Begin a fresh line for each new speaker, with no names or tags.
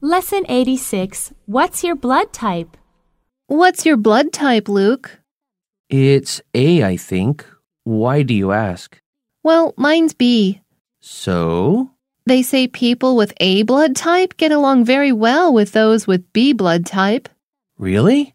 Lesson 86 What's your blood type?
What's your blood type, Luke?
It's A, I think. Why do you ask?
Well, mine's B.
So?
They say people with A blood type get along very well with those with B blood type.
Really?